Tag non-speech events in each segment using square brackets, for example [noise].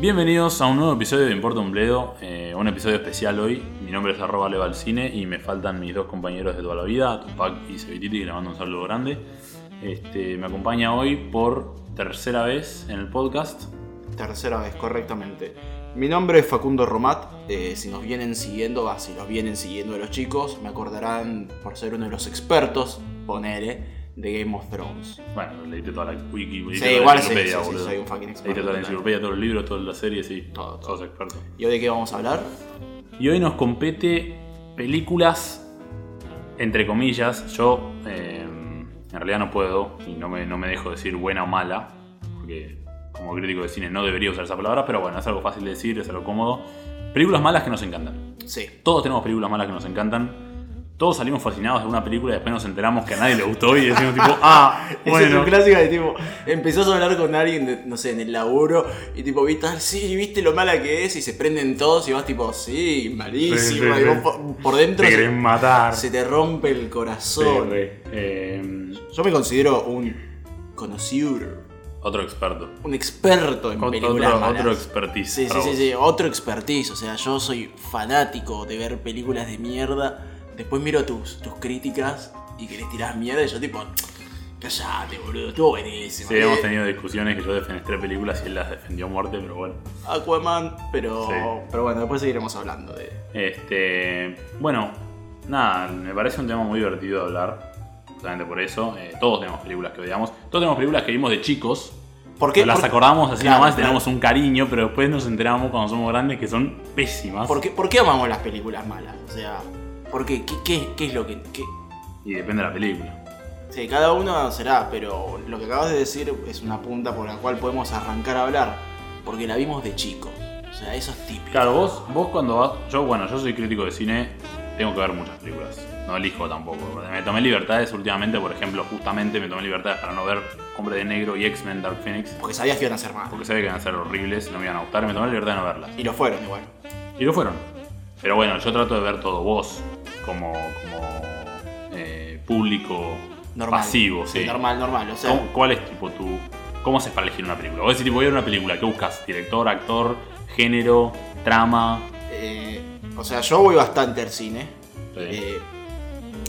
Bienvenidos a un nuevo episodio de Importa un Bledo, eh, un episodio especial hoy. Mi nombre es arroba Leva al Cine y me faltan mis dos compañeros de toda la vida, Tupac y Sebititi, que le mando un saludo grande. Este, me acompaña hoy por tercera vez en el podcast. Tercera vez, correctamente. Mi nombre es Facundo Romat. eh, si nos vienen siguiendo, va, si los vienen siguiendo los chicos, me acordarán por ser uno de los expertos, ponele, de Game of Thrones. Bueno, leíste toda la wiki, leíste Sí, toda la igual sí, sí, enciclopedia, sí, boludo. soy un fucking Leíste toda la experto. enciclopedia, todos los libros, todas las series, sí. Todo, todo. Sos experto. ¿Y hoy de qué vamos a hablar? Y hoy nos compete películas, entre comillas. Yo eh, en realidad no puedo y no me, no me dejo decir buena o mala, porque como crítico de cine no debería usar esa palabra, pero bueno, es algo fácil de decir, es algo cómodo. Películas malas que nos encantan. Sí. Todos tenemos películas malas que nos encantan. Todos salimos fascinados de una película y después nos enteramos que a nadie le gustó y decimos tipo, [laughs] ah, Esa es bueno. tu clásica de tipo, empezás a hablar con alguien, de- no sé, en el laburo, y tipo, viste, ah, sí, viste lo mala que es, y se prenden todos, y vas tipo, sí, malísima, Sí, sí, y vos sí. por, por dentro Te se, quieren matar. se te rompe el corazón. Eh, Yo me considero un conocido, otro experto. un experto en Otro, películas malas. otro expertise. Sí, sí, para sí, vos. sí, otro expertise. O sea, yo soy fanático de ver películas de mierda. Después miro tus, tus críticas y que les tirás mierda y yo tipo, callate, boludo, estuvo buenísimo. Eh, Sí, hemos tenido discusiones que yo defenestré películas y él las defendió a muerte, pero bueno. Aquaman, pero, Sí. pero bueno, después seguiremos hablando de... Este. Bueno, nada, me parece un tema muy divertido de hablar. Justamente por eso. Eh, todos tenemos películas que odiamos. Todos tenemos películas que vimos de chicos. ¿Por Que qué? las por- acordamos así Claro, nomás, claro. tenemos un cariño, pero después nos enteramos cuando somos grandes que son pésimas. ¿Por qué, por qué amamos las películas malas? O sea, ¿por qué? ¿Qué, qué- qué es lo que...? qué- Y depende de la película. Sí, cada uno será, pero lo que acabas de decir es una punta por la cual podemos arrancar a hablar, porque la vimos de chico. O sea, eso es típico. Claro, vos, vos cuando vas. Yo, bueno, yo soy crítico de cine, tengo que ver muchas películas. No elijo tampoco. Me tomé libertades últimamente, por ejemplo, justamente me tomé libertades para no ver Hombre de Negro y X-Men Dark Phoenix. Porque sabías que iban a ser malos. porque sabía que iban a ser horribles, no me iban a gustar, me tomé la libertad de no verlas. Y lo fueron igual. Y lo fueron. Pero bueno, yo trato de ver todo vos, como, como eh, público Normal. pasivo, sí. Normal, normal. O sea, ¿Cómo- ¿Cuál es tipo tu. ¿Cómo haces para elegir una película? Vos decís, tipo, voy a ver una película, ¿qué buscas? ¿Director, actor, género, trama? eh, o sea, yo voy bastante al cine. Sí. Eh,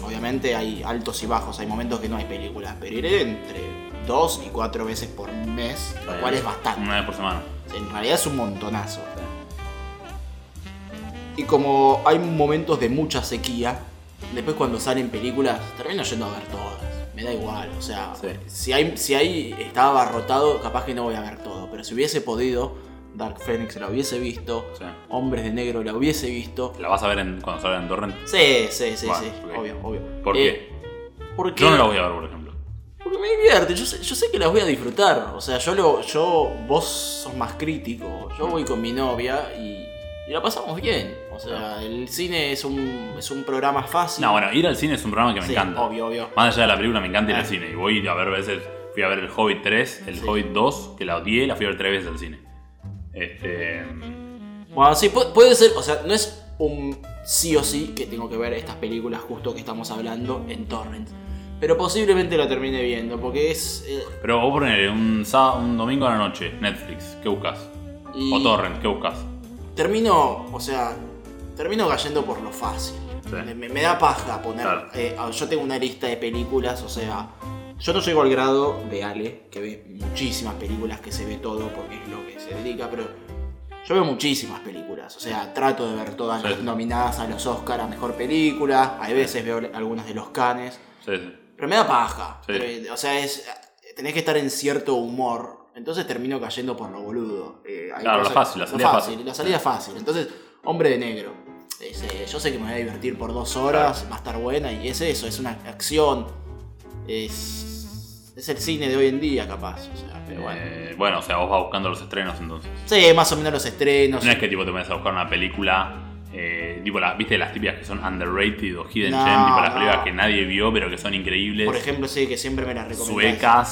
obviamente hay altos y bajos, hay momentos que no hay películas, pero iré entre dos y cuatro veces por mes, lo cual es bastante. Una vez por semana. En realidad es un montonazo. Y como hay momentos de mucha sequía, después cuando salen películas, termino yendo a ver todas. Me da igual, o sea, Sí. si hay si hay estaba abarrotado, capaz que no voy a ver todo, pero si hubiese podido, Dark Phoenix la hubiese visto, Sí. Hombres de Negro la hubiese visto. ¿La vas a ver en- cuando salga en Torrent? Sí, sí, sí, Bueno, sí, ok. obvio, obvio. ¿Por Eh, ¿Por qué? qué? Yo no la voy a ver, por ejemplo. Porque me divierte, yo sé, yo sé que las voy a disfrutar. O sea, yo lo. yo. vos sos más crítico. Yo voy con mi novia y. y la pasamos bien. O sea, el cine es un. es un programa fácil. No, bueno, ir al cine es un programa que me Sí, encanta. Obvio, obvio. Más allá de la película, me encanta ir al Ah. cine. Y voy a ver veces. Fui a ver el Hobbit 3, el Sí. Hobbit 2, que la odié, la fui a ver tres veces al cine. Este. Bueno, sí, pu- puede ser. O sea, no es un sí o sí que tengo que ver estas películas justo que estamos hablando en Torrent. Pero posiblemente la termine viendo, porque es. eh, Pero vos ponele un, sá- un domingo a la noche, Netflix, ¿qué buscas? y O Torrent, ¿qué buscas? termino, o sea, termino cayendo por lo fácil. Sí. Me, me da paja poner. Claro. eh, ah, yo tengo una lista de películas, o sea, yo no llego al grado de Ale, que ve muchísimas películas, que se ve todo porque es lo que se dedica, pero yo veo muchísimas películas, o sea, trato de ver todas Sí. las nominadas a los Oscar a mejor película, hay veces veo algunas de los Canes, Sí, sí. pero me da paja. Sí. Pero, o sea, es, tenés que estar en cierto humor. Entonces termino cayendo por lo boludo. Eh, hay Claro, lo cosas- fácil, la lo salida fácil. La salida fácil. Entonces, hombre de negro. Es, eh, yo sé que me voy a divertir por dos horas, va a estar buena y es eso, es una acción. Es, es el cine de hoy en día, capaz. O sea, pero bueno. Eh, bueno, o sea, vos vas buscando los estrenos entonces. Sí, más o menos los estrenos. No es que tipo te pones a buscar una película. eh, tipo, las, viste las típicas que son underrated o hidden No, gem, tipo las no. películas que nadie vio pero que son increíbles. Por ejemplo, sí, que siempre me las recomendás.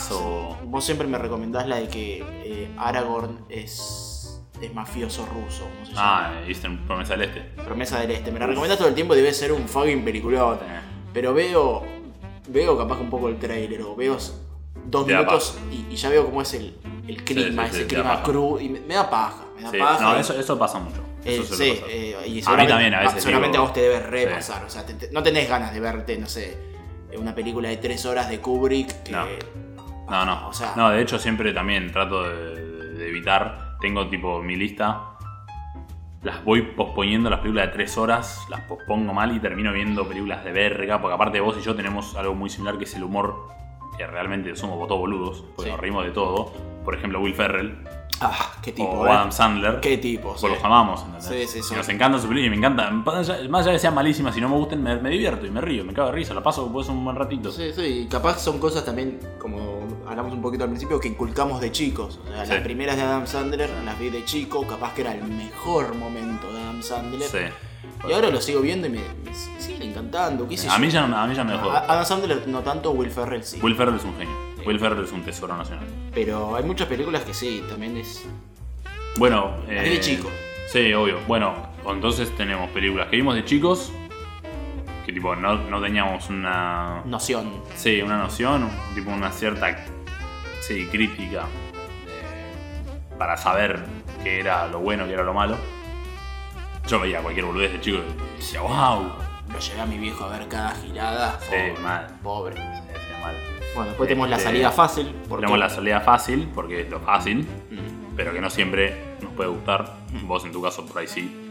suecas o. Vos siempre me recomendás la de que eh, Aragorn es, es mafioso ruso. ¿cómo se llama? Ah, Eastern Promesa del Este. Promesa del Este. Me la recomendás todo el tiempo y debe ser un fucking peliculón. Eh. Pero veo. Veo capaz un poco el trailer o veo s- dos Te da minutos y, y ya veo cómo es el, el clima, sí, ese sí, te da clima paja. crudo. Y me, me da paja. me da Sí, paja. no, y- eso, eso pasa mucho. eh, Eso suele sí, pasar. eh, y mí seguramente- también, a veces Seguramente digo, a vos te debe repasar. sí. O sea, te- te- no tenés ganas de verte, no sé, una película de tres horas de Kubrick. Que, No. No, no. O sea- no, de hecho siempre también trato de, de evitar. Tengo tipo mi lista. Las voy posponiendo las películas de tres horas, las pospongo mal y termino viendo películas de verga, porque aparte vos y yo tenemos algo muy similar que es el humor, que realmente somos todos boludos, porque Sí. nos reímos de todo. Por ejemplo, Will Ferrell Ah, qué tipo. o ¿eh? Adam Sandler, Qué tipo. porque sí. los amamos, ¿entendés? Sí, sí, sí. Y nos encantan sus películas y me encantan. Más allá- más allá de que sean malísimas, si no me gusten, me, me divierto y me río, me cago de risa, la paso pues un buen ratito. Sí, sí, y capaz son cosas también, como hablamos un poquito al principio, que inculcamos de chicos. O sea, Sí. las primeras de Adam Sandler las vi de chico, capaz que era el mejor momento de Adam Sandler. Sí. Y ahora lo sigo viendo y me, me sigue encantando, qué sé A yo. mí ya, a mí ya me dejó. A- Adam Sandler no tanto, Will Ferrell sí. Will Ferrell es un genio. Sí. Will Ferrell es un tesoro nacional. Pero hay muchas películas que sí, también es... Bueno, eh, vi de chico. Sí, obvio. Bueno, entonces tenemos películas que vimos de chicos, que tipo no, no teníamos una, Noción. sí, una noción, un- tipo una cierta sí, crítica eh, para saber qué era lo bueno, qué era lo malo. Yo veía cualquier boludez de chico y decía, wow. Lo llevé a mi viejo a ver cada girada. Sí, Pobre. mal. pobre. Decía mal. Bueno, después tenemos la Este, salida fácil. Porque... Tenemos la salida fácil, porque es lo fácil. Mm. pero que no siempre nos puede gustar. Vos en tu caso por ahí sí.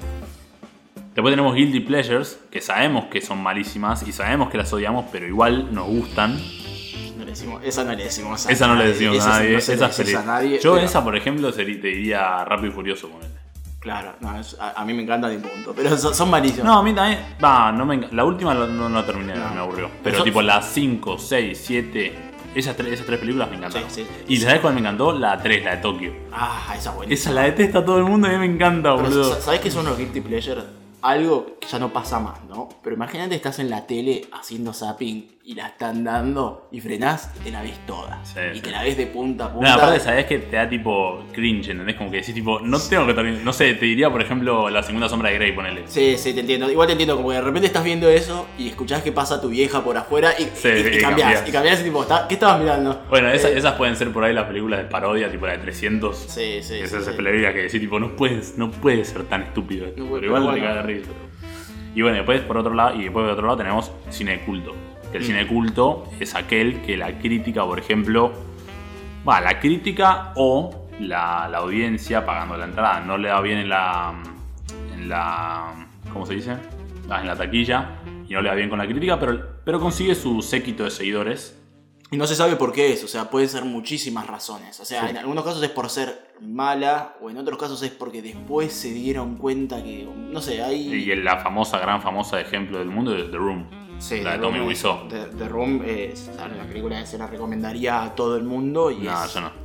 Después tenemos Guilty Pleasures, que sabemos que son malísimas y sabemos que las odiamos, pero igual nos gustan. No le decimos- esa no le decimos a Esa no le nadie, decimos esa a nadie. no se esa la decís sería- a nadie, Yo pero- esa, por ejemplo, sería, te diría Rápido y Furioso con Claro, no, es- a, a mí me encanta de un punto, pero son, son malísimos. No, a mí también... Va, no me enc- La última lo- no, no la terminé, No. me aburrió. Pero Pero son- tipo las 5, 6, 7... Esas tres, esas tres películas me encantaron. Sí, sí, y sí. ¿sabes cuál me encantó? La 3, la de Tokio. Ah, esa es buenísima. Esa la detesta todo el mundo y a mí me encanta, Pero, boludo. sa- ¿Sabés qué son los guilty pleasure? Algo que ya no pasa más, ¿no? Pero imagínate estás en la tele haciendo zapping y la están dando y frenás y te la ves toda. Sí, y sí. te la ves de punta a No, punta. aparte sabés que te da tipo cringe, ¿entendés? Como que decís tipo, no tengo que terminar. No sé, te diría por ejemplo la segunda sombra de Grey, ponele. Sí, sí, te entiendo. Igual te entiendo, como que de repente estás viendo eso y escuchás que pasa tu vieja por afuera y, Sí, y- y sí, cambiás. cambiás. Y cambiás y tipo, ¿está- ¿qué estabas mirando? Bueno, esa- Eh, esas pueden ser por ahí las películas de parodia, tipo la de 300. Sí, sí. sí, esas sí. películas que decís tipo, no puedes, no puedes ser tan estúpido. No pero puede- igual pero te bueno. caga de risa. Y bueno, después por otro lado, y después por otro lado tenemos cine de culto. Que el Mm. cine de culto es aquel que la crítica, por ejemplo, va, la crítica o la, la audiencia pagando la entrada. No le da bien en la. en la. ¿cómo se dice? Ah, en la taquilla. Y no le da bien con la crítica, pero, pero consigue su séquito de seguidores. Y no se sabe por qué es, o sea, pueden ser muchísimas razones. O sea, Sí. en algunos casos es por ser mala, o en otros casos es porque después se dieron cuenta que, no sé, Y hay... en la famosa, gran famosa ejemplo del mundo es The Room. Sí, la de The Tommy Room- Wiseau. The, The Room es o sea, la película que eh, se la recomendaría a todo el mundo y No, es... yo no.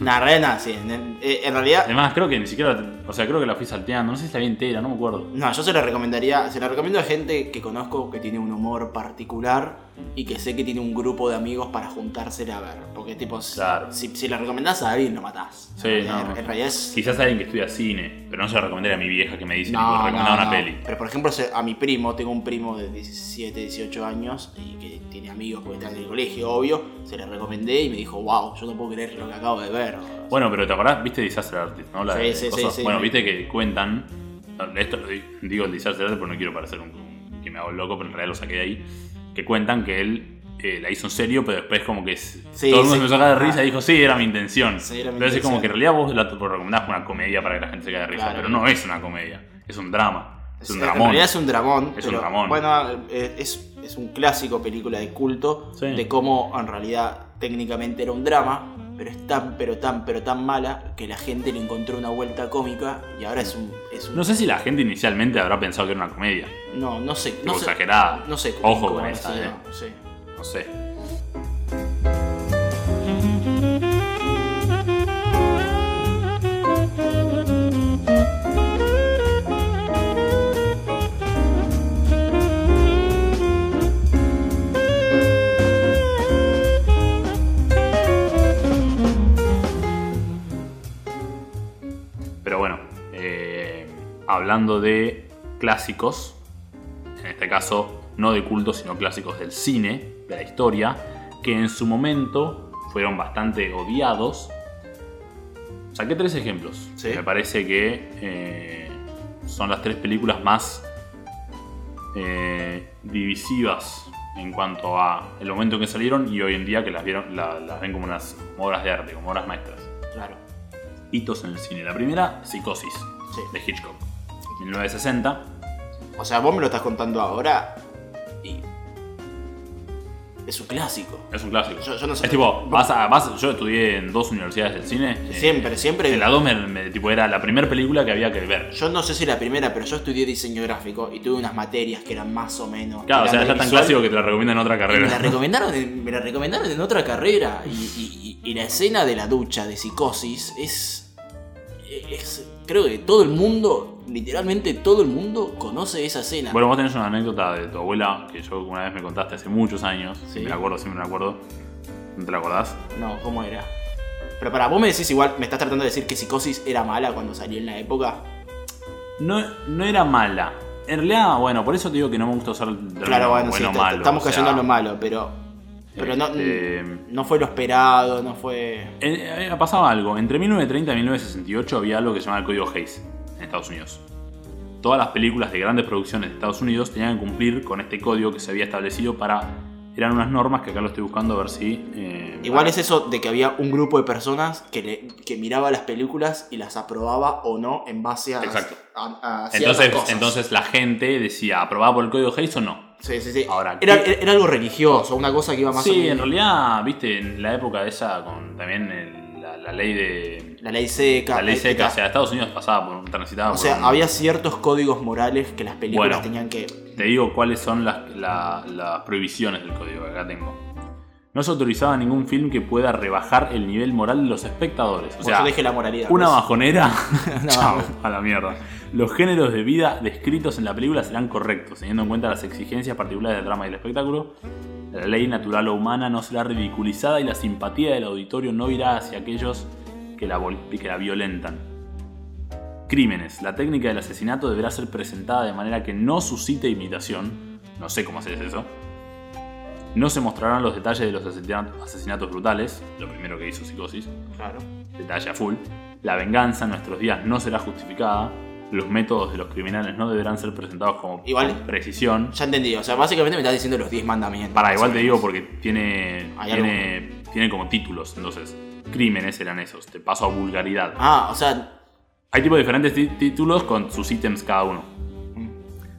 Una rena, sí. En, en- en realidad, Además, creo que ni siquiera. la- O sea, creo que la fui salteando. No sé si la vi entera, no me acuerdo. no, yo se la recomendaría, se la recomiendo a gente que conozco que tiene un humor particular y que sé que tiene un grupo de amigos para juntársela a ver. Porque, tipo, si- Claro. si, si la recomendás a alguien, lo matás. Sí, en, no. en realidad es... Quizás alguien que estudia cine, pero no se la recomendaría a mi vieja que me dice, tipo, recomendaba una no. peli. Pero por ejemplo, se- a mi primo, tengo un primo de 17, 18 años y que tiene amigos porque están en el colegio, obvio. Se le recomendé y me dijo, wow, yo no puedo creer lo que acabo de ver. Bueno, pero te acordás, viste Disaster Artist, ¿no? La Sí, de sí, cosas- sí, sí. bueno, viste que cuentan. Esto lo di- digo el Disaster Artist porque no quiero parecer un, un- que me hago loco, pero en realidad lo saqué de ahí. Que cuentan que él eh, la hizo en serio, pero después como que s- Sí, todo el mundo sí. se empezó a cagar de risa Ah. y dijo, sí, era mi intención. Sí, era mi Entonces es como intención. que en realidad vos la te recomendás una comedia para que la gente se caiga de risa, Claro. pero no es una comedia, es un drama, es un en dramón. realidad es un dramón. Es pero, un dramón. Bueno, eh, es, es un clásico película de culto Sí. de cómo en realidad técnicamente era un drama, pero es tan, pero tan, pero tan mala que la gente le encontró una vuelta cómica y ahora es un. Es un No sé si la gente inicialmente habrá pensado que era una comedia. no, no sé. Tipo No sé, exagerada. no sé Ojo cómo con habrá esa, sido, eh. sí. No sé. Pero bueno, eh, hablando de clásicos, en este caso no de culto, sino clásicos del cine, de la historia, que en su momento fueron bastante odiados. Ya Saqué tres ejemplos. Sí. Me parece que eh, son las tres películas más eh, divisivas en cuanto a el momento en que salieron y hoy en día que las, vieron, la- las ven como unas como obras de arte, como obras maestras. Claro. Hitos en el cine. La primera, Psicosis, Sí. de Hitchcock, 1960. O sea, vos me lo estás contando ahora y. Es un clásico. Es un clásico. Yo- yo no sé- Es tipo, vas a, vas- yo estudié en dos universidades del cine. eh, Siempre, siempre. En la dos me- me- tipo, era la primera película que había que ver. Yo no sé si la primera, pero yo estudié diseño gráfico y tuve unas materias que eran más o menos. Claro, o que sea, eran está del tan visual, clásico que te la recomiendan en otra y Me carrera. la recomendaron en, me la recomendaron en otra carrera. Y, y- y- y la escena de la ducha de psicosis es, es. Creo que todo el mundo, literalmente todo el mundo, conoce esa escena. Bueno, vos tenés una anécdota de tu abuela que yo una vez me contaste hace muchos años. Sí. Me la acuerdo, siempre me la acuerdo. ¿No te la acordás? No, ¿cómo era? Pero para vos me decís igual, me estás tratando de decir que psicosis era mala cuando salió en la época. No, no era mala. En realidad, bueno, por eso te digo que no me gusta usar el término Claro, bueno, sí, bueno te- te- malo. estamos o sea, cayendo en lo malo, pero. Pero no, este, no fue lo esperado, no fue. eh, eh, pasaba algo. Entre 1930 y 1968 había algo que se llamaba el Código Hayes en Estados Unidos. Todas las películas de grandes producciones de Estados Unidos tenían que cumplir con este código que se había establecido para... Eran unas normas que acá lo estoy buscando a ver si... eh, Igual es eso de que había un grupo de personas que, le- que miraba las películas y las aprobaba o no en base a. Exacto. a- a ciertas Entonces, cosas. entonces la gente decía, ¿aprobada por el código Hayes o no? Sí, sí, sí. Ahora, era, ¿qué- era- era algo religioso, una cosa que iba más Sí, o en menos- realidad, viste, en la época esa, con también el- la, la ley de. La ley seca. La ley seca, o etcétera. sea, Estados Unidos pasaba por un transitaba O por un- sea, había ciertos códigos morales que las películas Bueno. tenían que. Te digo cuáles son las, la- las prohibiciones del código que acá tengo. No se autorizaba ningún film que pueda rebajar el nivel moral de los espectadores. O Bueno, sea, yo dejé la moralidad. una pues. bajonera. [laughs] No. pues. Chao, a la mierda. Los géneros de vida descritos en la película serán correctos, teniendo en cuenta las exigencias particulares del drama y del espectáculo. La ley natural o humana no será ridiculizada y la simpatía del auditorio no irá hacia aquellos que la, vol- que la violentan. Crímenes. La técnica del asesinato deberá ser presentada de manera que no suscite imitación. No sé cómo haces eso. No se mostrarán los detalles de los asesina- asesinatos brutales, lo primero que hizo Psicosis Claro. detalla full. La venganza en nuestros días no será justificada. Los métodos de los criminales no deberán ser presentados como Igual- con precisión. Ya entendí, o sea, básicamente me estás diciendo los 10 mandamientos. Para, igual más o te menos. digo porque tiene, Hay tiene, tiene como títulos, entonces. Crímenes eran esos. Te paso a vulgaridad. Ah, o sea, Hay tipos de diferentes tí- títulos con sus ítems cada uno.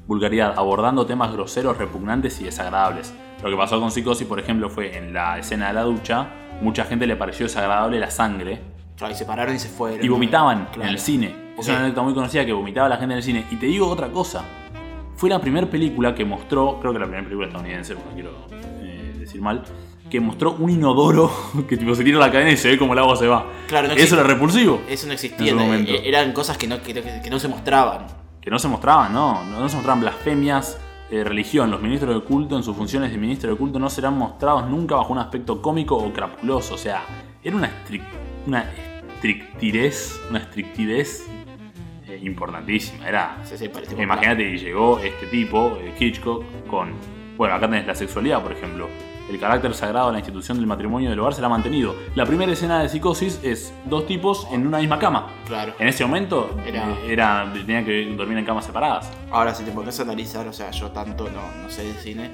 Vulgaridad, abordando temas groseros, repugnantes y desagradables. Lo que pasó con Psicosis, por ejemplo, fue en la escena de la ducha, mucha gente le pareció desagradable la sangre Claro, y se pararon y se fueron. Y vomitaban Claro. en el cine. Es una Ok. anécdota muy conocida que vomitaba la gente en el cine. Y te digo otra cosa. Fue la primera película que mostró, creo que la primera película estadounidense, porque no quiero eh, decir mal, que mostró un inodoro [laughs] que tipo se tira la cadena y se ve como el agua se va. Claro, no Eso existe. era repulsivo. Eso no existía, En su eh, momento. eh, eran cosas que no, que, que no se mostraban. Que no se mostraban, no. No, no se mostraban blasfemias, eh, religión. Los ministros de culto en sus funciones de ministro de culto no serán mostrados nunca bajo un aspecto cómico o crapuloso. O sea, era una, estric- una estrictidez, una estrictidez eh, importantísima. Era Sí, sí, parece Tipo, Imagínate que llegó este tipo, eh, Hitchcock, con. Bueno, acá tenés la sexualidad, por ejemplo. El carácter sagrado de la institución del matrimonio del hogar será mantenido. La primera escena de psicosis es dos tipos en una misma cama. Claro. En ese momento Era- eh, era, tenía que dormir en camas separadas. Ahora, si te pones a analizar, o sea, yo tanto no, no sé de cine,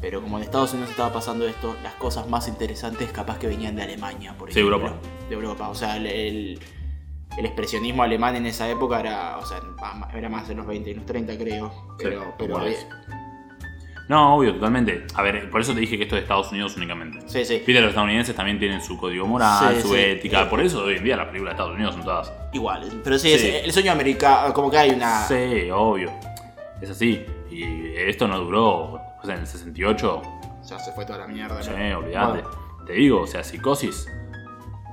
pero como en Estados Unidos estaba pasando esto, las cosas más interesantes capaz que venían de Alemania, por Sí, ejemplo. Europa. De Europa, o sea, el, el- el expresionismo alemán en esa época era, o sea, era más en los 20 y los 30, creo. Sí, Pero, pero igual eh, es. No, obvio, totalmente. A ver, por eso te dije que esto es de Estados Unidos únicamente. sí, sí. Viste, los estadounidenses también tienen su código moral, Sí, su sí. ética. Sí. Por eso hoy en día las películas de Estados Unidos son todas Igual, pero sí, Sí. es- el sueño americano, como que hay una... Sí, obvio. Es así. Y esto no duró. O sea, en el 68. Ya se fue toda la mierda. ¿no? Sí, olvidate. Bueno. Te digo, o sea, psicosis.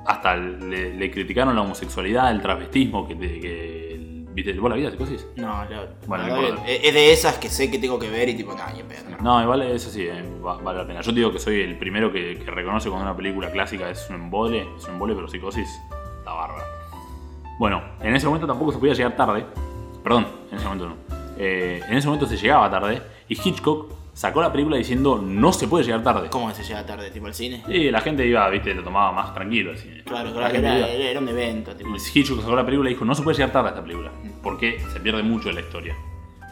Hasta le, le criticaron la homosexualidad, el travestismo. Que, te- que el- ¿Viste? ¿Vos la vida psicosis? No, la- Bueno, la no verdad importa. que- es de esas que sé que tengo que ver y tipo, nada, ni en pedo, no. No, igual es así, eh, va- vale la pena. Yo te digo que soy el primero que, que reconoce cuando una película clásica es un embole, es un embole, pero psicosis, la barba. Bueno, en ese momento tampoco se podía llegar tarde. Perdón, en ese momento no. Eh, en ese momento se llegaba tarde y Hitchcock sacó la película diciendo no se puede llegar tarde. ¿Cómo se llega tarde, tipo, al cine? Y la gente iba, viste, lo tomaba más tranquilo el cine. Claro, La claro, gente era, iba. era un evento, tipo. Y Hitchcock sacó la película y dijo, no se puede llegar tarde a esta película, porque se pierde mucho de la historia.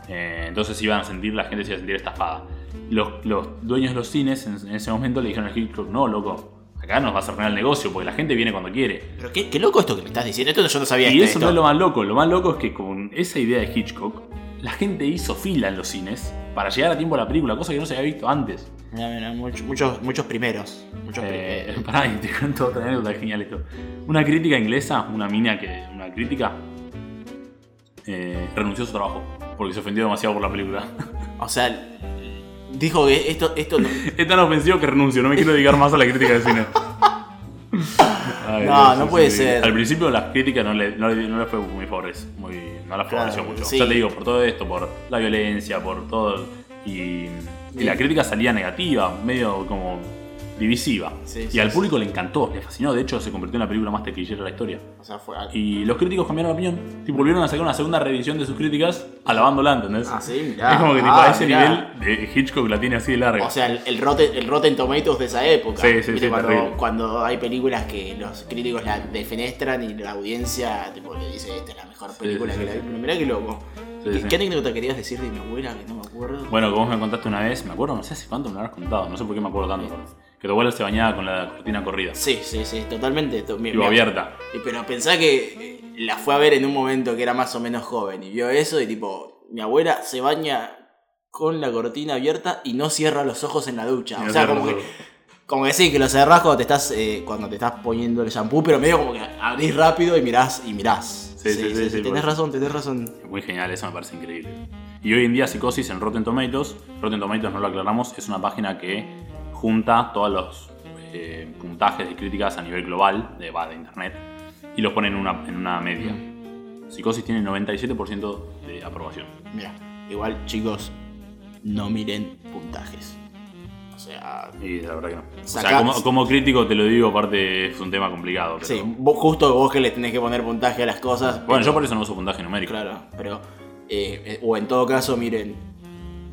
Eh, entonces iban a sentir, la gente se iba a sentir estafada. Los, los dueños de los cines en, en ese momento le dijeron a Hitchcock, no, loco, acá nos vas a arruinar el negocio, porque la gente viene cuando quiere. Pero qué, qué loco esto que me estás diciendo. Esto yo no sabía Y que eso esto. no es lo más loco, lo más loco es que con esa idea de Hitchcock, la gente hizo fila en los cines para llegar a tiempo a la película, cosa que no se había visto antes. Mirá, mirá, mucho- muchos, muchos primeros. Muchos Eh, [laughs] primeros. pará, y te cuento otra anécdota genial esto. Una crítica inglesa, una mina que. Una crítica. eh, renunció a su trabajo porque se ofendió demasiado por la película. [laughs] O sea, dijo que esto, esto no, es tan ofensivo que renuncio, no me quiero dedicar más a la crítica de [laughs] cine. Ay, No, Dios, no es puede increíble. ser. Al principio las críticas no le, no le- no le fue muy favores, muy, no las favoreció Claro, mucho. sí. Ya te digo, por todo esto, por la violencia, por todo. Y, y Sí. la crítica salía negativa, medio como divisiva. Sí, y sí, al sí. público le encantó, le fascinó. De hecho, se convirtió en la película más taquillera de la historia. o sea, fue. Y los críticos cambiaron de opinión. Tipo, volvieron a sacar una segunda revisión de sus críticas alabándola, ¿entendés? Ah, sí, mirá. es como que tipo, Ah, a ese mirá. nivel de Hitchcock la tiene así de larga. O sea, el, el Rotten, el Rotten Tomatoes de esa época. Sí, sí, Viste, sí, terrible. cuando, cuando hay películas que los críticos la defenestran y la audiencia tipo, le dice esta es la mejor película sí, que sí, la sí. vi. Pero mirá qué loco. Sí, ¿Qué, sí. qué anécdota querías decir de mi abuela que no me acuerdo? Bueno, como vos me contaste una vez, me acuerdo, no sé hace cuánto me lo habrás contado, no sé por qué me acuerdo tanto. Que tu abuela se bañaba con la cortina corrida. Sí, sí, sí, totalmente. to- mi- Tipo, mi- abierta. Y Pero pensá que eh, la fue a ver en un momento que era más o menos joven y vio eso y tipo, mi abuela se baña con la cortina abierta y no cierra los ojos en la ducha. O sea, como que, como que sí, que lo cerrás cuando te estás, eh, cuando te estás poniendo el shampoo, pero medio como que abrís rápido y mirás y mirás. Sí, sí, sí, sí, por tenés eso. razón, tenés razón. Muy genial, eso me parece increíble. Y hoy en día Psicosis en Rotten Tomatoes, Rotten Tomatoes no lo aclaramos, es una página que junta todos los eh, puntajes de críticas a nivel global de, va, de internet y los pone en una, en una media. Psicosis tiene 97% de aprobación. Mira, igual chicos, no miren puntajes. O sea, Y la verdad que no. O sea, Sacá- como, como crítico te lo digo, aparte es un tema complicado. pero- sí, vos, justo vos que le tenés que poner puntaje a las cosas. Bueno, pero- yo por eso no uso puntaje numérico. Claro, pero. eh, eh, o en todo caso, miren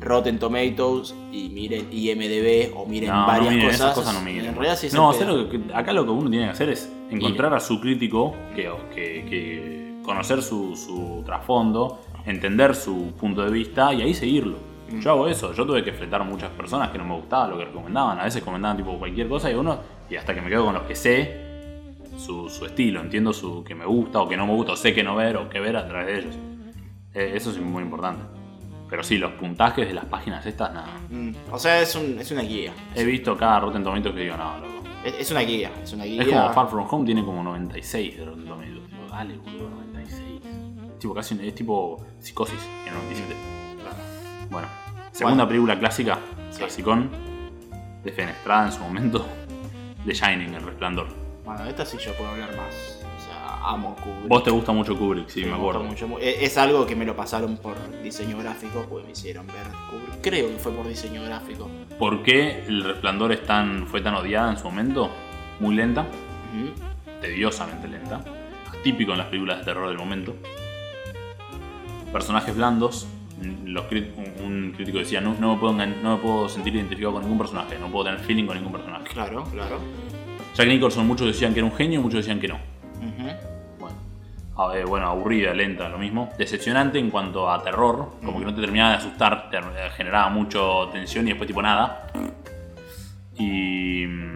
Rotten Tomatoes y miren IMDB o miren No, varias no miren, cosas. esas cosas no miren. En realidad sí es no, el hacer pedo. lo que- acá lo que uno tiene que hacer es encontrar a su crítico, que, que- que conocer su, su trasfondo, entender su punto de vista y ahí seguirlo. Mm. Yo hago eso, yo tuve que fletar muchas personas que no me gustaba lo que recomendaban, a veces comentaban tipo cualquier cosa y uno, y hasta que me quedo con los que sé su, su estilo, entiendo su que me gusta o que no me gusta, o sé que no ver o qué ver a través de ellos. Eh, Eso es muy importante. Pero sí, los puntajes de las páginas estas, nada. Mm, O sea, es, un- es una guía. He visto cada Rotten Tomatoes que digo, no, loco. Es, es una guía. Es una guía. Es como Far From Home tiene como 96 de Rotten Tomatoes. Digo, dale, boludo, 96. Tipo, casi es tipo psicosis en 97. Bueno, segunda Bueno. película clásica, Sí. clasicón, defenestrada en su momento, The Shining, El Resplandor. Bueno, de esta sí yo puedo hablar más. O sea, amo Kubrick. Vos te gusta mucho Kubrick, sí, Sí, me me gusta acuerdo. mucho, mu- e-, Es, es algo que me lo pasaron por diseño gráfico, porque me hicieron ver Kubrick. Creo que fue por diseño gráfico. ¿Por qué El Resplandor es tan, fue tan odiada en su momento? Muy lenta, Ujú. tediosamente lenta, típico en las películas de terror del momento. Personajes blandos. mm, los cri- un- un crítico decía, no, no me puedo engan- no me puedo sentir identificado con ningún personaje, no puedo tener feeling con ningún personaje. Claro, claro. Jack Nicholson, muchos decían que era un genio, muchos decían que no. Ujú. Bueno, a ver, bueno, aburrida, lenta, lo mismo. Decepcionante en cuanto a terror, como que no te terminaba de asustar, te eh, generaba mucho tensión y después tipo nada. Y... mm,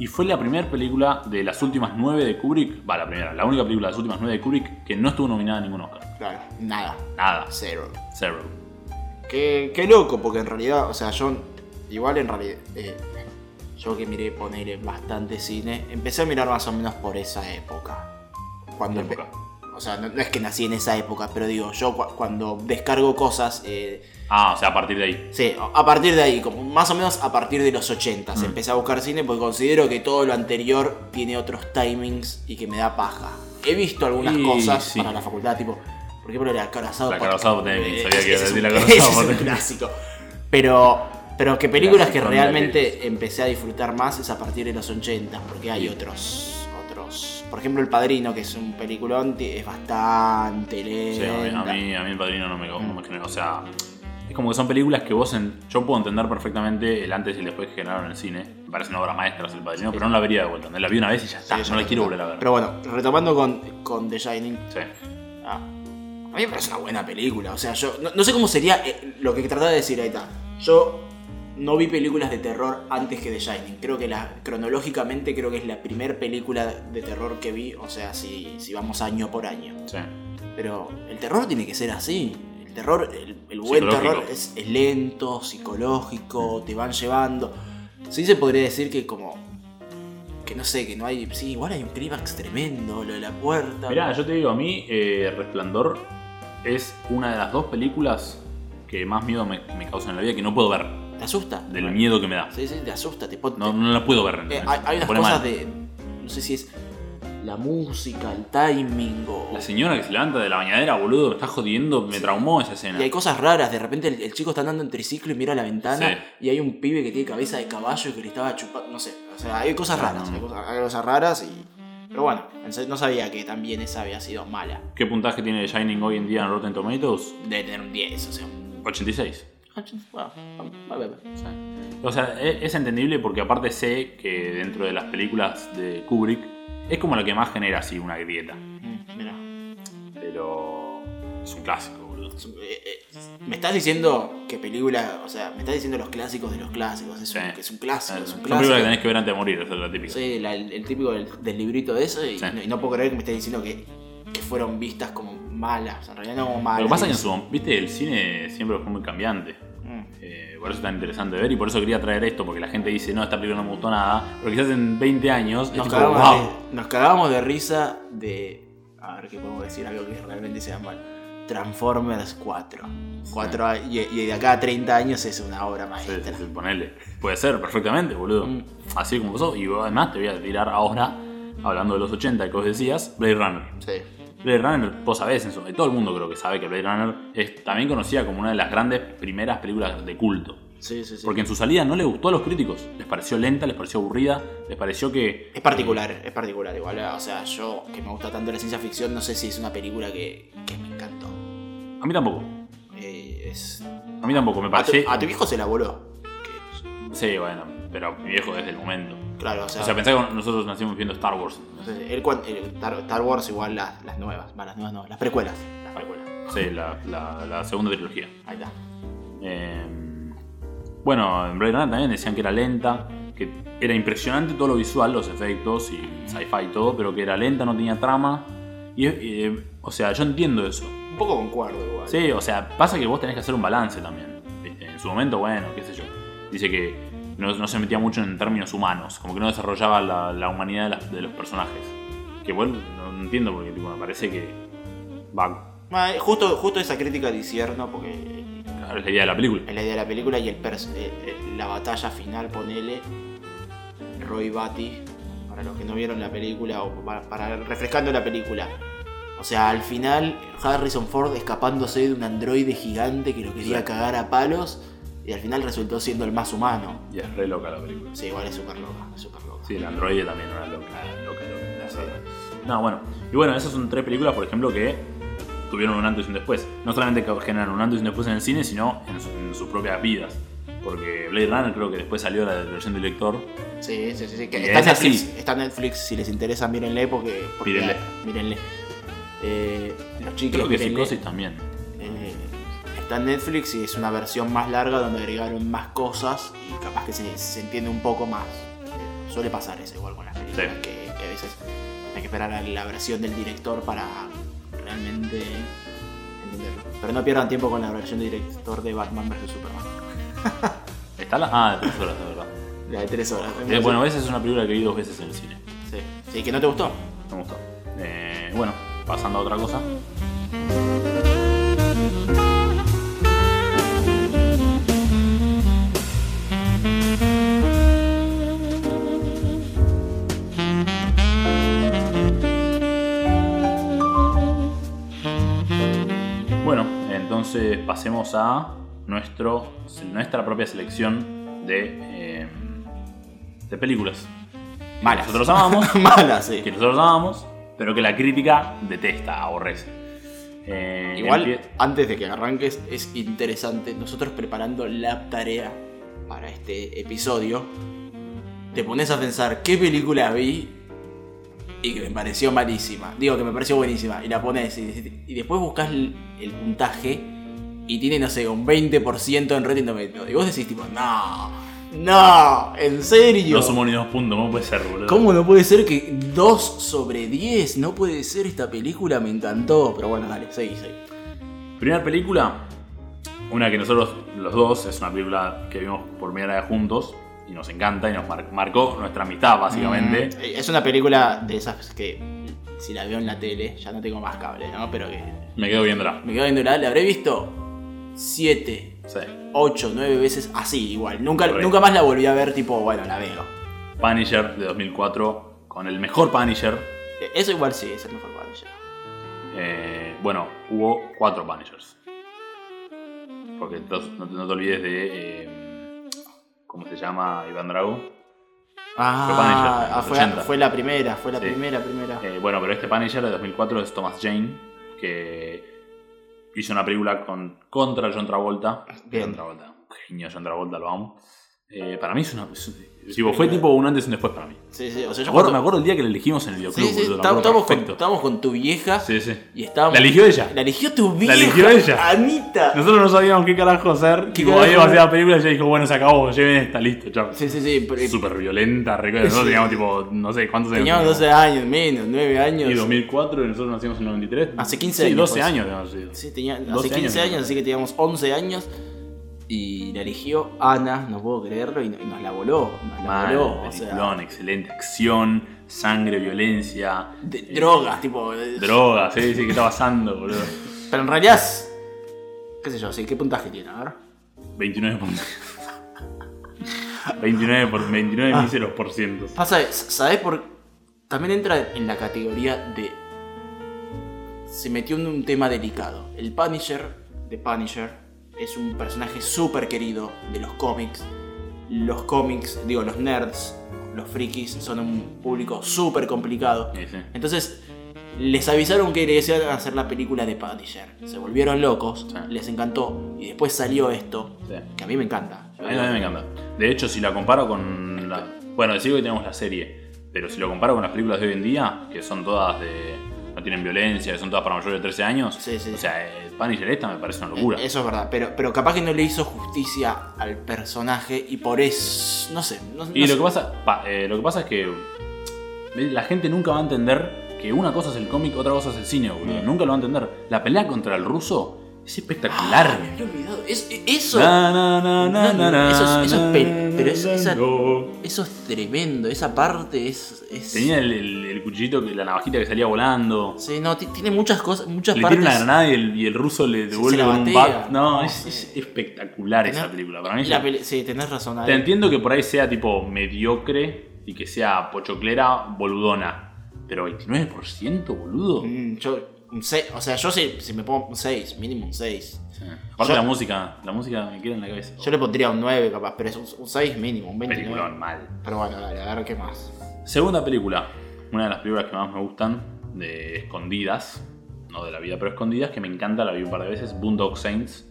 Y fue la primera película de las últimas nueve de Kubrick, va, la primera, la única película de las últimas nueve de Kubrick que no estuvo nominada a ningún Oscar. Claro. Nada. Nada, Cero. cero. Qué, qué loco, porque en realidad, o sea, yo igual en realidad, eh, yo que miré poner bastante cine, empecé a mirar más o menos por esa época. Cuando ¿Qué empe- época? O sea, no, no es que nací en esa época, pero digo, yo cua- cuando descargo cosas, eh, Ah, o sea, a partir de ahí. sí, a partir de ahí, como más o menos a partir de los 80 Mm. empecé a buscar cine porque considero que todo lo anterior tiene otros timings y que me da paja. He visto algunas Y cosas sí. para la facultad, tipo, por ejemplo, la cara asada. La cara asada por timing, Eh, sabía que iba a ese es [laughs] decir un- la cara asada por ese es un timing. clásico. Pero, pero que películas que Clásico, realmente empecé a disfrutar más es a partir de los 80, porque hay otros. otros. Por ejemplo, El Padrino, que es un peliculón, ti- es bastante Sí, a mí, lenta. a mí, a mí el padrino no me, no me generó, o sea, Es como que son películas que vos. en- yo puedo entender perfectamente el antes y el después que generaron en el cine. Me parece una obra maestra el padrino, pero no la vería de vuelta. La vi una vez y ya está. Sí, ya no la está. quiero volver a ver. Pero bueno, retomando con, con The Shining. Sí. Ah, a mí me parece una buena película. O sea, yo no, no sé cómo sería eh, lo que trataba de decir ahí está. Yo no vi películas de terror antes que The Shining. Creo que la, cronológicamente creo que es la primera película de terror que vi. O sea, si, si vamos año por año. Sí. Pero el terror tiene que ser así. El terror, el, el buen Psicológico. terror es, es lento, psicológico, te van llevando. Sí se podría decir que como... Que no sé, que no hay... Sí, igual hay un clímax tremendo, lo de la puerta. Mirá, yo te digo, a mí eh, Resplandor es una de las dos películas que más miedo me, me causan en la vida que no puedo ver. ¿Te asusta? Del miedo que me da. Sí, sí, te asusta, te pon- No, no la puedo ver. Eh, ¿entendés? hay, hay Me unas pone cosas mal. de... No sé si es la música, el timing o... La señora que se levanta de la bañadera, boludo, me está jodiendo, me traumó esa escena. Y hay cosas raras, de repente el, el chico está andando en triciclo y mira la ventana Sí. y hay un pibe que tiene cabeza de caballo y que le estaba chupando, no sé, o sea, hay cosas raras, Mm. hay cosas, hay cosas raras y... Pero bueno, pensé- no sabía que también esa había sido mala, ¿Qué puntaje tiene The Shining hoy en día en Rotten Tomatoes? de tener un 10, o sea, un... 86. Bueno, bueno, bueno. O sea, e- es entendible porque aparte sé que dentro de las películas de Kubrick es como la que más genera así una grieta. Mm, mira, Pero es un clásico, boludo. es un- eh, eh, me estás diciendo qué película, o sea, me estás diciendo los clásicos de los clásicos, es un, Sí. que es un clásico, es Es un una clásico. película que tenés que ver antes de morir, esa es la típica. Soy la- el, el típico del, del librito de eso y, Sí. no, y no puedo creer que me estés diciendo que, que fueron vistas como malas. En realidad no como malas. Lo que pasa es que en su, viste, el cine siempre fue muy cambiante. Mm. Eh, por eso es tan interesante de ver y por eso quería traer esto, porque la gente dice, no, esta película no me gustó nada, pero quizás en 20 años es Nos, tipo, cagábamos wow. de, nos cagábamos de risa de... A ver qué podemos decir, algo que realmente sea mal. Transformers 4. Cuatro a- y, y de acá a 30 años es una obra Sí, sí, maestra. sí, ponele. Puede ser perfectamente, boludo. Mm. Así como pasó. Y además te voy a tirar ahora, hablando de los 80 que vos decías, Blade Runner. Sí. Blade Runner, vos sabés, en su- todo el mundo creo que sabe que Blade Runner es también conocida como una de las grandes primeras películas de culto. Sí, sí, sí. Porque en su salida no le gustó a los críticos. Les pareció lenta, les pareció aburrida, les pareció que... Es particular, es particular igual. ¿eh? O sea, yo que me gusta tanto la ciencia ficción, no sé si es una película que, que me encantó. A mí tampoco. Eh, es... A mí tampoco. Me a, tu, parece... a tu viejo se la voló. Sí, bueno. Pero mi viejo desde el momento. Claro, O sea, pensá que nosotros nacimos viendo Star Wars. Entonces, él cuan- el Star, Star Wars igual las, las nuevas, va, las nuevas no, las precuelas. Las precuelas. Sí, la- la- la segunda trilogía. Ahí está. Eh, bueno, en Blade Runner también decían que era lenta, que era impresionante todo lo visual, los efectos y sci-fi y todo, pero que era lenta, no tenía trama. Y, eh, o sea, yo entiendo eso. Un poco concuerdo igual. Sí, o sea, pasa que vos tenés que hacer un balance también. ¿viste? En su momento, bueno, qué sé yo. Dice que no, no se metía mucho en términos humanos, como que no desarrollaba la, la humanidad de, las- de los personajes. Que bueno, no entiendo porque tipo, me parece que va. Ma, eh, Justo, justo esa crítica disierno, porque eh, Claro, es la idea de la película. es la idea de la película y el pers- eh, eh, la batalla final, ponele Roy Batty, para los que no vieron la película, o para, para- refrescando la película. O sea, al final Harrison Ford escapándose de un androide gigante que lo quería Sí. cagar a palos y al final resultó siendo el más humano. Y es re loca la película. Sí, igual es súper loca, es súper loca. Sí, el androide también era loca, loca, loca. la serie. No, bueno. Y bueno, esas son tres películas, por ejemplo, que tuvieron un antes y un después. No solamente que generaron un antes y un después en el cine, sino en, su- en sus propias vidas. Porque Blade Runner creo que después salió la versión del lector. Sí, sí, sí. sí, que Y está, es así. Netflix, está Netflix, si les interesa, mírenle porque. porque Mírenle. mírenle. Eh, los chicos. Creo que mírenle. Psicosis también. Eh, está en Netflix y es una versión más larga donde agregaron más cosas y capaz que se, se entiende un poco más. Eh, Suele pasar eso igual con las películas Sí. que, que a veces hay que esperar a la versión del director para realmente entenderlo. Pero no pierdan tiempo con la versión del director de Batman vs Superman. ¿Está la? Ah, de tres horas, de verdad. La de tres horas. Eh, bueno, esa es una película que vi dos veces en el cine. sí. sí, que no te gustó. [laughs] Me gustó. Eh, bueno, pasando a otra cosa. Bueno, entonces pasemos a nuestro, nuestra propia selección de, eh, de películas. Malas. Nosotros amamos Mala, sí. que nosotros amamos, pero que la crítica detesta, aborrece. Eh, Igual, empie- antes de que arranques, es interesante. Nosotros preparando la tarea para este episodio, te pones a pensar qué película vi y que me pareció malísima. Digo que me pareció buenísima. Y la pones y, decís- y después buscas el, el puntaje y tiene, no sé, un 20% en Rotten Tomatoes. Y vos decís, tipo, no, no, en serio. no somos ni dos puntos, ¿cómo puede ser, boludo? ¿Cómo no puede ser que 2 sobre 10? No puede ser, esta película me encantó. Pero bueno, dale, seguí, seguí. Primera película, una que nosotros los dos, es una película que vimos por primera vez juntos y nos encanta y nos mar- marcó nuestra amistad, básicamente. Mm, Es una película de esas que si la veo en la tele, ya no tengo más cable, ¿no? Pero que Me quedo viéndola. me quedo viendo la, la habré visto 7, Sí. 8, 9 veces así, igual. Nunca, Correcto. nunca más la volví a ver, tipo, bueno, la veo. Punisher de 2004, con el mejor Punisher. Eh, Eso igual sí, es el mejor Punisher. Eh, bueno, hubo cuatro Punishers. Porque entonces no, te- no te olvides de. eh, ¿Cómo se llama Iván Drago? Punisher, Ah, los fue, 80. fue la primera, fue la Sí. primera, primera. Eh, bueno, pero este Punisher de 2004 es Thomas Jane, que hizo una película con, contra John Travolta. Bien. John Travolta, un genio John Travolta, lo amo. Eh, para mí es una. es- tipo, fue tipo un antes y un después para mí. Sí, sí, o sea, Me yo acuerdo, me cuando- acuerdo el día que la elegimos en el videoclub. Sí, sí, boludo, me estábamos acuerdo con, perfecto. estábamos con tu vieja Sí, sí. y estábamos... La eligió ella. La eligió tu vieja. eligió ella. Anita. Nosotros no sabíamos qué carajo hacer. ¿Qué Tipo, carajo? había demasiada película y ella dijo, bueno, se acabó, lleven esta, listo, chao. Sí, sí, sí. pero- Súper violenta, recuerdo. Nosotros teníamos tipo, no sé cuántos años. Teníamos 12 años, menos, 9 años. Y 2004 y nosotros nacimos en 93. Hace 15 Sí, años, 12 pues. años teníamos, sí. Sí, tenía hace 12 15 años. años, así que teníamos 11 años. Y la eligió Ana, no puedo creerlo, y no- y nos la voló. Nos la Mal, voló. O sea, peliculón, excelente acción, sangre, violencia, de- eh, drogas, tipo. eh, drogas, sí, sí, ¿qué está pasando, boludo? Pero en realidad. es- ¿Qué sé yo? sí, ¿Qué puntaje tiene? A ver. 29 por 29 por 29 Ah. míseros por ciento. Pasa, s- ¿sabés por.? También entra en la categoría de. Se metió en un tema delicado. El Punisher, The Punisher, es un personaje súper querido de los cómics. Los cómics, digo, los nerds, los frikis, son un público súper complicado. Sí, sí. Entonces, les avisaron que les iban a hacer la película de Punisher. Se volvieron locos, Sí. les encantó. Y después salió esto, Sí. que a mí me encanta. A mí también me encanta. De hecho, si la comparo con la. Bueno, sigo que tenemos la serie, pero si lo comparo con las películas de hoy en día, que son todas de. no tienen violencia, que son todas para mayores de 13 años. Sí, sí. O sea, eh, el Punisher esta me parece una locura. Eh, Eso es verdad, pero, pero capaz que no le hizo justicia al personaje y por eso. No sé. No, y lo no sé. que pasa. pa- eh, lo que pasa es que. La gente nunca va a entender que una cosa es el cómic, otra cosa es el cine, Mm. boludo. Nunca lo va a entender. La pelea contra el ruso es espectacular. Ah, me había olvidado. Es- es- eso. Na, na, na, na, No, no, na, eso es- eso es na, pe- na, pero es- na, esa- no. Eso es tremendo. Esa parte es. es- Tenía el, el, el cuchillito, que- la navajita que salía volando. Sí, no, ti- tiene muchas cosas. Muchas Le partes. tira una granada y el, y el ruso le devuelve la con un batea. bat. No, es, es espectacular esa película. Para mí es- La pele- sí, tenés razón. Te Ale. entiendo que por ahí sea tipo mediocre y que sea pochoclera, boludona. Pero 29%, boludo. Mm, yo. un se- o sea, yo si, si me pongo un 6, mínimo un 6. Sí. Aparte Yo- la música, la música me queda en la cabeza. Yo le pondría un 9 capaz, pero es un, 6 mínimo, un 29. Peliculón, mal. Pero bueno, dale, a ver qué más. Segunda película, una de las películas que más me gustan, de escondidas, no de la vida, pero escondidas, que me encanta, la vi un par de veces, Boondock Saints.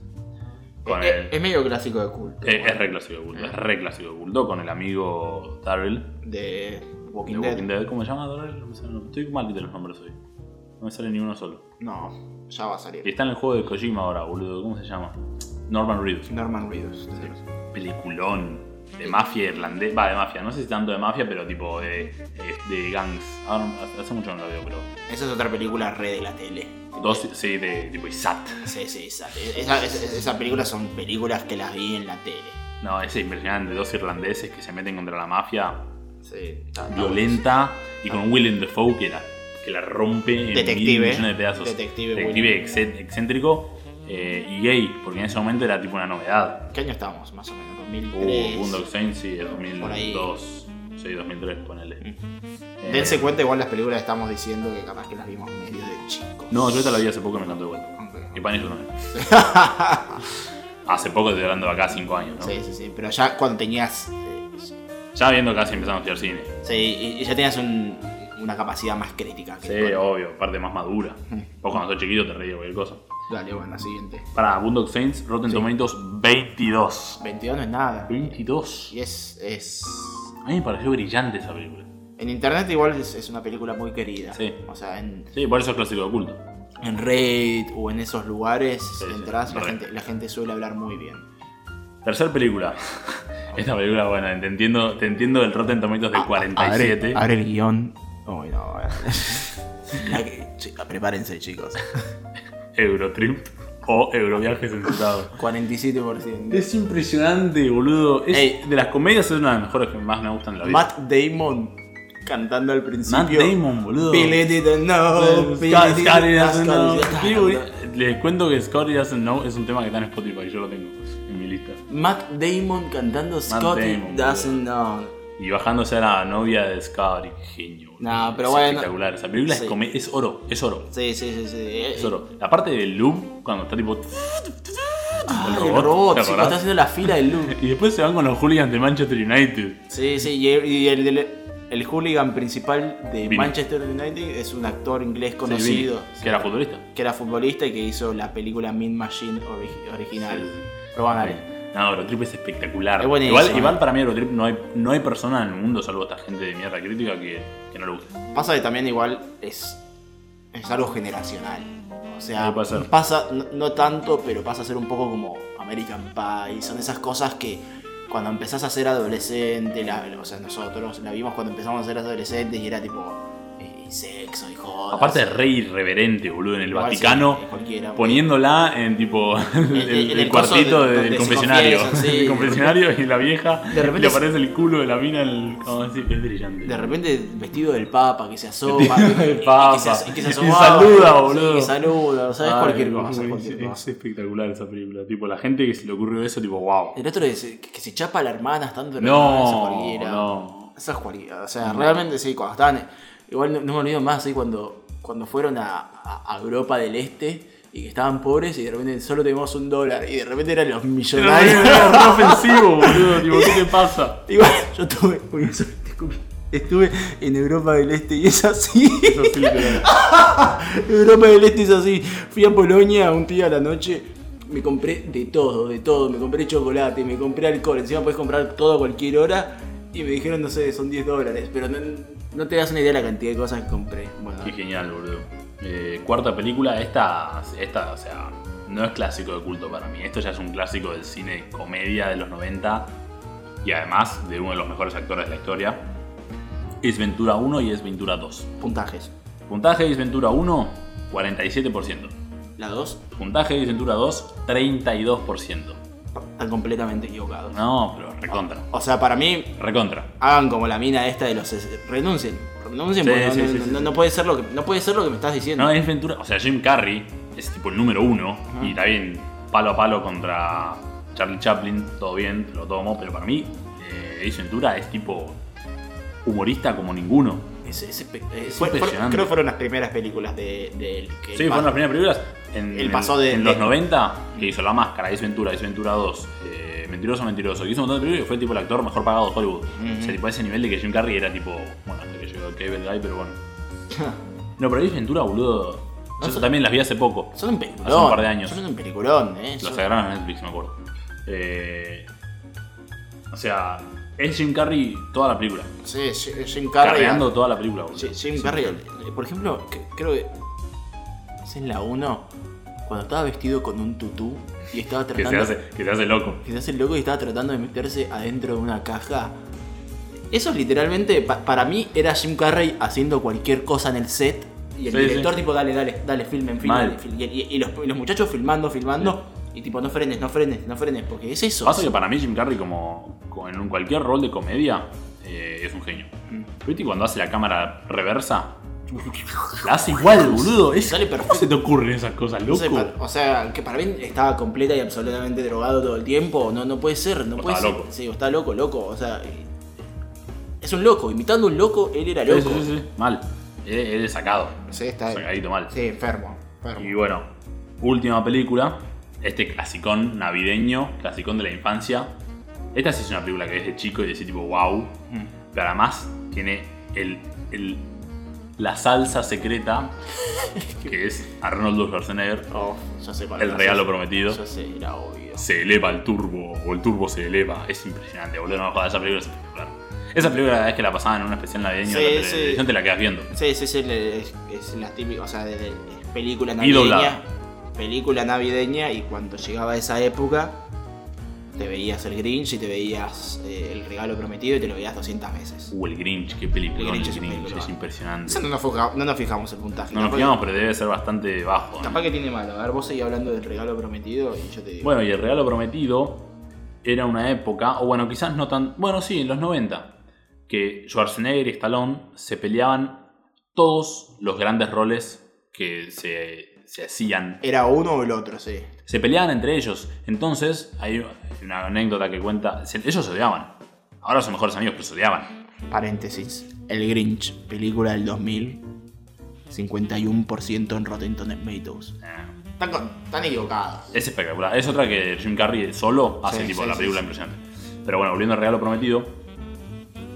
Con Eh, el, es medio clásico de culto. Eh, es re clásico de culto, es re clásico de culto con el amigo Darryl De Walking, de Dead. Walking Dead. ¿Cómo se llama Darryl? No me sale el nombre. Estoy mal de los nombres hoy. No me sale ni uno solo. No, ya va a salir. Y está en el juego de Kojima ahora, boludo. ¿Cómo se llama? Norman Reedus. Norman Reedus. Peliculón. De mafia irlandés. Va, de mafia. No sé si tanto de mafia, pero tipo de, de, de gangs. Ahora no- hace- hace mucho no lo veo, pero. Esa es otra película re de la tele. Dos, sí, de tipo ISAT. Sí, sí, esa- esa- esa- esas películas son películas que las vi en la tele. No, es impresionante. Dos irlandeses que se meten contra la mafia. Sí, violenta y con Willem Dafoe que la, que la rompe en Detective. mil millones de pedazos. Detective excé- excéntrico eh, y gay, porque en ese momento era tipo una novedad. ¿Qué año estamos? Más o menos, Uh, 2003. Boondock Saints, sí, de Por ahí. 2002. Sí, 2003, ponele. Eh, Dense cuenta igual las películas que estamos diciendo que capaz que las vimos medio de chicos. No, yo esta la vi hace poco y me encantó de vuelta. Y Ok. para eso [laughs] también. hace poco estoy hablando de acá 5 años, ¿no? Sí, sí, sí, pero ya cuando tenías... eh, Ya viendo casi empezamos a estudiar cine. Sí, y- y ya tenías un, una capacidad más crítica. Que Sí, el- obvio, parte más [laughs] madura. Vos cuando sos chiquito te reís de cualquier cosa. Dale, bueno, siguiente. Para Boondock Saints, Rotten Tomatoes 22. 22 no es nada. 22. Y es. es... A mí me pareció brillante esa película. En internet igual es, es una película muy querida. Sí. O sea, en, Sí, por eso es clásico de culto. en Reddit o en esos lugares sí, entras, la, re. gente, la gente suele hablar muy bien. Tercer película. [laughs] Esta película, bueno, te entiendo, te entiendo el Rotten Tomatoes Ah, del 47. Abre el guión. Uy, no, [laughs] bueno. La que- chi- prepárense, chicos. Eurotrip o Euroviajes en 47%. Es impresionante, boludo. Es- Ey. de las comedias es una de las mejores que más me gustan en la vida. Matt Damon cantando al principio. Matt Damon, boludo. Billy didn't know. Billy Scott- didn't Scotty doesn't know. know. Sí, boludo. Les cuento que Scotty Doesn't Know es un tema que está en Spotify, yo lo tengo en mi lista. Matt Damon cantando Scotty Damon, boludo. doesn't know. Y bajándose a la novia de Scotty, qué genio. boludo. Nah, pero es bueno. espectacular. Esa película Sí. es, come- es oro, es oro. Sí, sí, sí, sí. Eh, Es oro. La parte del loop, cuando está tipo. Ah, el el robot, robot, ¿te acordás? sí, cuando está haciendo la fila del Luke. Y después se van con los hooligans de Manchester United. Sí, sí, y, y el, el, el hooligan principal de Billy. Manchester United es un actor inglés conocido. Sí, vi, Que era futbolista. que era futbolista y que hizo la película Mean Machine ori- original. Sí, sí. Pero bueno, dale. No, Eurotrip es espectacular. Es buenísimo. igual, igual para mí Eurotrip no hay, no hay persona en el mundo, salvo esta gente de mierda crítica, que, que no le guste. Pasa que también igual es, es algo generacional. O sea, Sí, puede ser. pasa, no, no tanto, pero pasa a ser un poco como American Pie. Son esas cosas que cuando empezás a ser adolescente, la- o sea, nosotros la vimos cuando empezamos a ser adolescentes y era tipo eh, sexo y jodas. Aparte es re irreverente, boludo, en el Igual sí, Vaticano, cualquiera, boludo. poniéndola en tipo el, en [laughs] el el coso cuartito de- de- donde del se confesionario. confiesan, sí. [laughs] El confesionario y la vieja, De repente y le se- aparece el culo de la mina, el, ¿cómo decir? es brillante. De repente vestido del Papa, que se asoma. Vestido del y- y Papa. que se, as- y que se Y asomaba, saluda, sí, boludo. que saluda, ¿sabes? Ay, cualquier no, cosa, Ah, es- cualquier es, cosa. espectacular esa película. Tipo, la gente que se le ocurrió eso, tipo, wow. El otro es eh, que que se chapa a la hermana estando en esa No, cualquiera. no. Esa es cualquiera. O sea, realmente sí, cuando estaban. Igual no, no me olvido más, sí, cuando, cuando fueron a, a- a Europa del Este y que estaban pobres y de repente solo teníamos un dólar y de repente eran los Era re- millonarios. era re ofensivo, boludo. Tipo, ¿qué te pasa? [laughs] Igual yo tuve. uy, eso, disculpe. Estuve en Europa del Este y es así. Eso sí, literal. [laughs] Europa del Este es así. Fui a Polonia un día a la noche. Me compré de todo, de todo. Me compré chocolate, me compré alcohol. Encima puedes comprar todo a cualquier hora. Y me dijeron, no sé, son 10 dólares. Pero no, no te das una idea de la cantidad de cosas que compré. Bueno, Qué genial, boludo. Eh, cuarta película, esta, esta, o sea, no es clásico de culto para mí. Esto ya es un clásico del cine comedia de los 90 y además de uno de los mejores actores de la historia. Es Ventura 1 y Es Ventura 2. puntajes. Puntaje de Ace Ventura 1, 47%. La 2 Puntaje de Ace Ventura 2, 32%. están completamente equivocados. No, pero recontra. O sea, para mí, Recontra. hagan como la mina esta de los. ses- Renuncien. Renuncien Sí, porque no- sí, no, sí, no- sí, no sí. puede ser lo que, no puede ser lo que me estás diciendo. No, es Ventura. O sea, Jim Carrey es tipo el número uno. Y está bien, palo a palo contra Charlie Chaplin. Todo bien, te lo tomo. Pero para mí, eh, Ace Ventura es tipo humorista como ninguno. Es, es espe- es- Es fue- fue- impresionante. creo que fueron las primeras películas de, de él. que Sí, fueron él las pasó. primeras películas. En, Él pasó de- en los de- Mm. 90, que hizo La Máscara, Ace Ventura, Ace Ventura 2, eh, Mentiroso, Mentiroso. Que hizo un montón de películas y fue tipo el actor mejor pagado de Hollywood. O sea, tipo a ese nivel de que Jim Carrey era tipo. Bueno, hasta que llegó Cable Guy, pero [laughs] bueno. No, pero Ace Ventura, boludo. Yo sé. también las vi hace poco. Son un peliculón. Hace un par de años. Son un peliculón, eh. Los Son- sagraron en Netflix, me acuerdo. Eh, o sea, es Jim Carrey toda la película. Sí, Jim Jim Carrey. Carreando toda la película, boludo. Jim- Ah, Jim Carrey, eh, por ejemplo, que- creo que. Es en la 1. Cuando estaba vestido con un tutú y estaba [laughs] Que se, tratando. hace, que se hace loco. que se hace el loco y estaba tratando de meterse adentro de una caja. Eso es literalmente, pa- para mí, era Jim Carrey haciendo cualquier cosa en el set. Y el Sí, director, sí. tipo, dale, dale, dale, filmen, filmen. Mal. fil- Y, y- y los, y los muchachos filmando, filmando. Y tipo, no frenes, no frenes, no frenes. Porque es eso. Pasa que para mí Jim Carrey, como, como en un- cualquier rol de comedia, eh, es un genio. Mm. ¿Viste cuando hace la cámara [laughs] reversa? La hace igual, boludo. Es, Sale ¿Cómo perfecto. se te ocurren esas cosas, No loco? sé, pa- o sea, que para mí estaba completa y absolutamente drogado todo el tiempo. No, no puede ser, no O puede estaba ser. loco. Sí, o está loco, loco. O sea, eh, es un loco. Imitando a un loco, él era Sí, loco. sí, sí, sí. Mal. Él, él es sacado. Sí, está Sacadito mal. Sí, enfermo. Y bueno, última película. Este clasicón navideño, clasicón de la infancia. Esta sí es Mm. una película que ves de chico y decís tipo wow. Pero además tiene el, el la salsa [laughs] secreta, que es Arnold Schwarzenegger, Oh, ya sé cuál el era, regalo ya sé- prometido. Ya sé, era obvio. Se eleva el turbo, o el turbo se eleva. Es impresionante, boludo. No, jodas, esa película es espectacular. Esa película, la vez que la pasaban en un especial navideño Sí, de la sí. televisión, te la quedas viendo. Sí, sí, sí, le- es, es la típica, o sea, de, de- de película Y doblada. navideña. Película navideña y cuando llegaba esa época te veías el Grinch y te veías eh, el regalo prometido y te lo veías 200 veces. Uh, el Grinch, qué película. El El Grinch Grinch, es película. es impresionante. Eso no nos, foca- no nos fijamos el puntaje. No nos Capaz- fijamos, pero debe ser bastante bajo. ¿no? Capaz que tiene malo. A ver, vos seguís hablando del regalo prometido y yo te digo. Bueno, y el regalo prometido era una época, o bueno, quizás no tan. Bueno, sí, en los 90, que Schwarzenegger y Stallone se peleaban todos los grandes roles que se, se hacían. Era uno o el otro, sí. Se peleaban entre ellos. Entonces, hay una anécdota que cuenta. se- ellos se odiaban. Ahora son mejores amigos, pero se odiaban. Paréntesis. El Grinch, película del 2000. 51% en Rotten Tomatoes. Eh, Están, con- están equivocados. Es espectacular. Es otra que Jim Carrey solo hace Sí, tipo sí, la sí, película sí. impresionante. Pero bueno, volviendo al regalo prometido,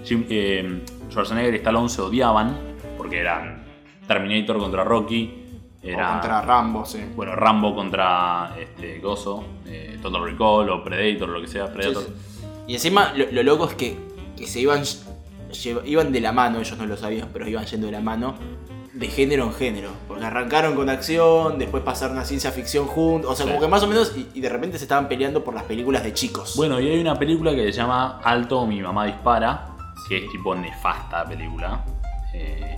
Jim- eh, Schwarzenegger y Stallone se odiaban porque eran Terminator contra Rocky, era O contra Rambo, sí. bueno, Rambo contra este, Gozo, eh, Total Recall o Predator, lo que sea, Predator. Sí, sí. Y encima lo, lo loco es que, que se iban ll- lleva- iban de la mano, ellos no lo sabían, pero iban yendo de la mano de género en género. Porque arrancaron con acción, después pasaron a ciencia ficción juntos, o sea, Sí. como que más o menos, y, y de repente se estaban peleando por las películas de chicos. Bueno, y hay una película que se llama Alto, mi mamá dispara, que es tipo nefasta película. Eh,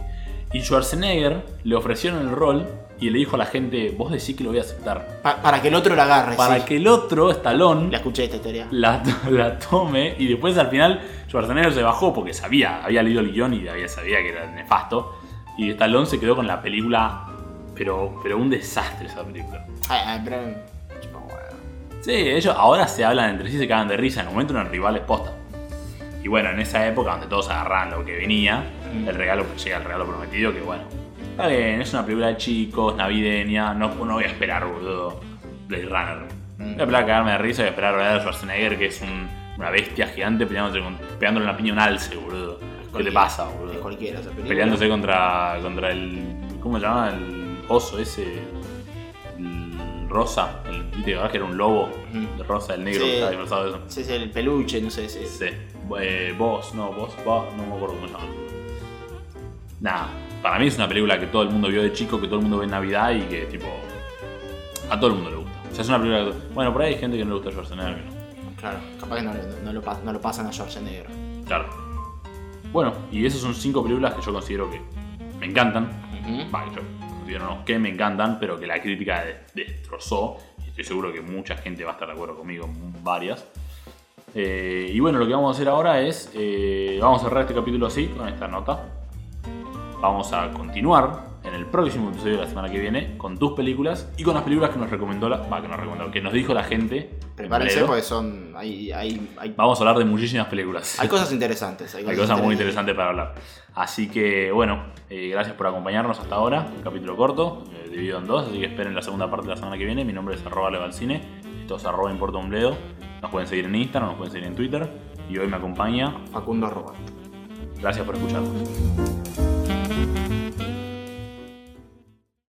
y Schwarzenegger le ofrecieron el rol y le dijo a la gente, vos decís que lo voy a aceptar. Pa- para que el otro la agarre. Para sí. que el otro, Stallone, La escuché esta historia. la, [laughs] la tome y después al final Schwarzenegger se bajó porque sabía, había leído el guión y había, sabía que era nefasto. Y Stallone se quedó con la película, pero, pero un desastre esa película. Ay, ay, Ah, pero- eh, chupa un huevo. Sí, ellos ahora se hablan entre sí, se cagan de risa, en un momento eran rivales posta. Y bueno, en esa época donde todos agarraban lo que venía, Mm. el regalo pues, llega el regalo prometido, que bueno. Está bien, es una película de chicos, navideña, no, no voy a esperar, boludo. Blade Runner. Mm. Voy a esperar a cagarme de risa y a esperar a ver a Schwarzenegger, que es un- una bestia gigante peleándose con- pegándole una piña a un alce, boludo. ¿Qué te Cualquiera. pasa, Es boludo? cualquiera esa película. Peleándose contra, contra el. ¿Cómo se llama? El oso ese. El rosa. El viste que ahora que era un lobo. Ujú. El rosa, el negro, Sí. que estaba disfrazado de eso. Ese es el peluche, no sé, ese. Sí. Eh, vos, no, vos, vos, no me acuerdo cómo se llama. Nada. Para mí es una película que todo el mundo vio de chico, que todo el mundo ve en Navidad y que, tipo. A todo el mundo le gusta. O sea, es una película. que- Bueno, por ahí hay gente que no le gusta Schwarzenegger, que no. Claro, capaz que no, lo- no lo, pas- no lo pasan a Schwarzenegger. Claro. Bueno, y esas son cinco películas que yo considero que me encantan. Ujú. Va, yo considero no, que me encantan, pero que la crítica de- destrozó. Y estoy seguro que mucha gente va a estar de acuerdo conmigo, m- varias. Eh, y bueno, lo que vamos a hacer ahora es. eh, vamos a cerrar este capítulo así, con esta nota. Vamos a continuar en el próximo episodio de la semana que viene con tus películas y con las películas que nos recomendó la. Va, que nos recomendó, que nos dijo la gente. en Prepárense pues. Bledo. porque son. Hay, hay, hay, Vamos a hablar de muchísimas películas. hay cosas interesantes. Hay Hay cosas muy interesantes para hablar. Así que, bueno, eh, gracias por acompañarnos hasta ahora. Un capítulo corto, eh, dividido en dos. Así que esperen la segunda parte de la semana que viene. Mi nombre es arroba Leo al cine. Esto es arroba importa un bledo. Nos pueden seguir en Instagram, nos pueden seguir en Twitter. Y hoy me acompaña. Facundo Robat. Gracias por escucharnos.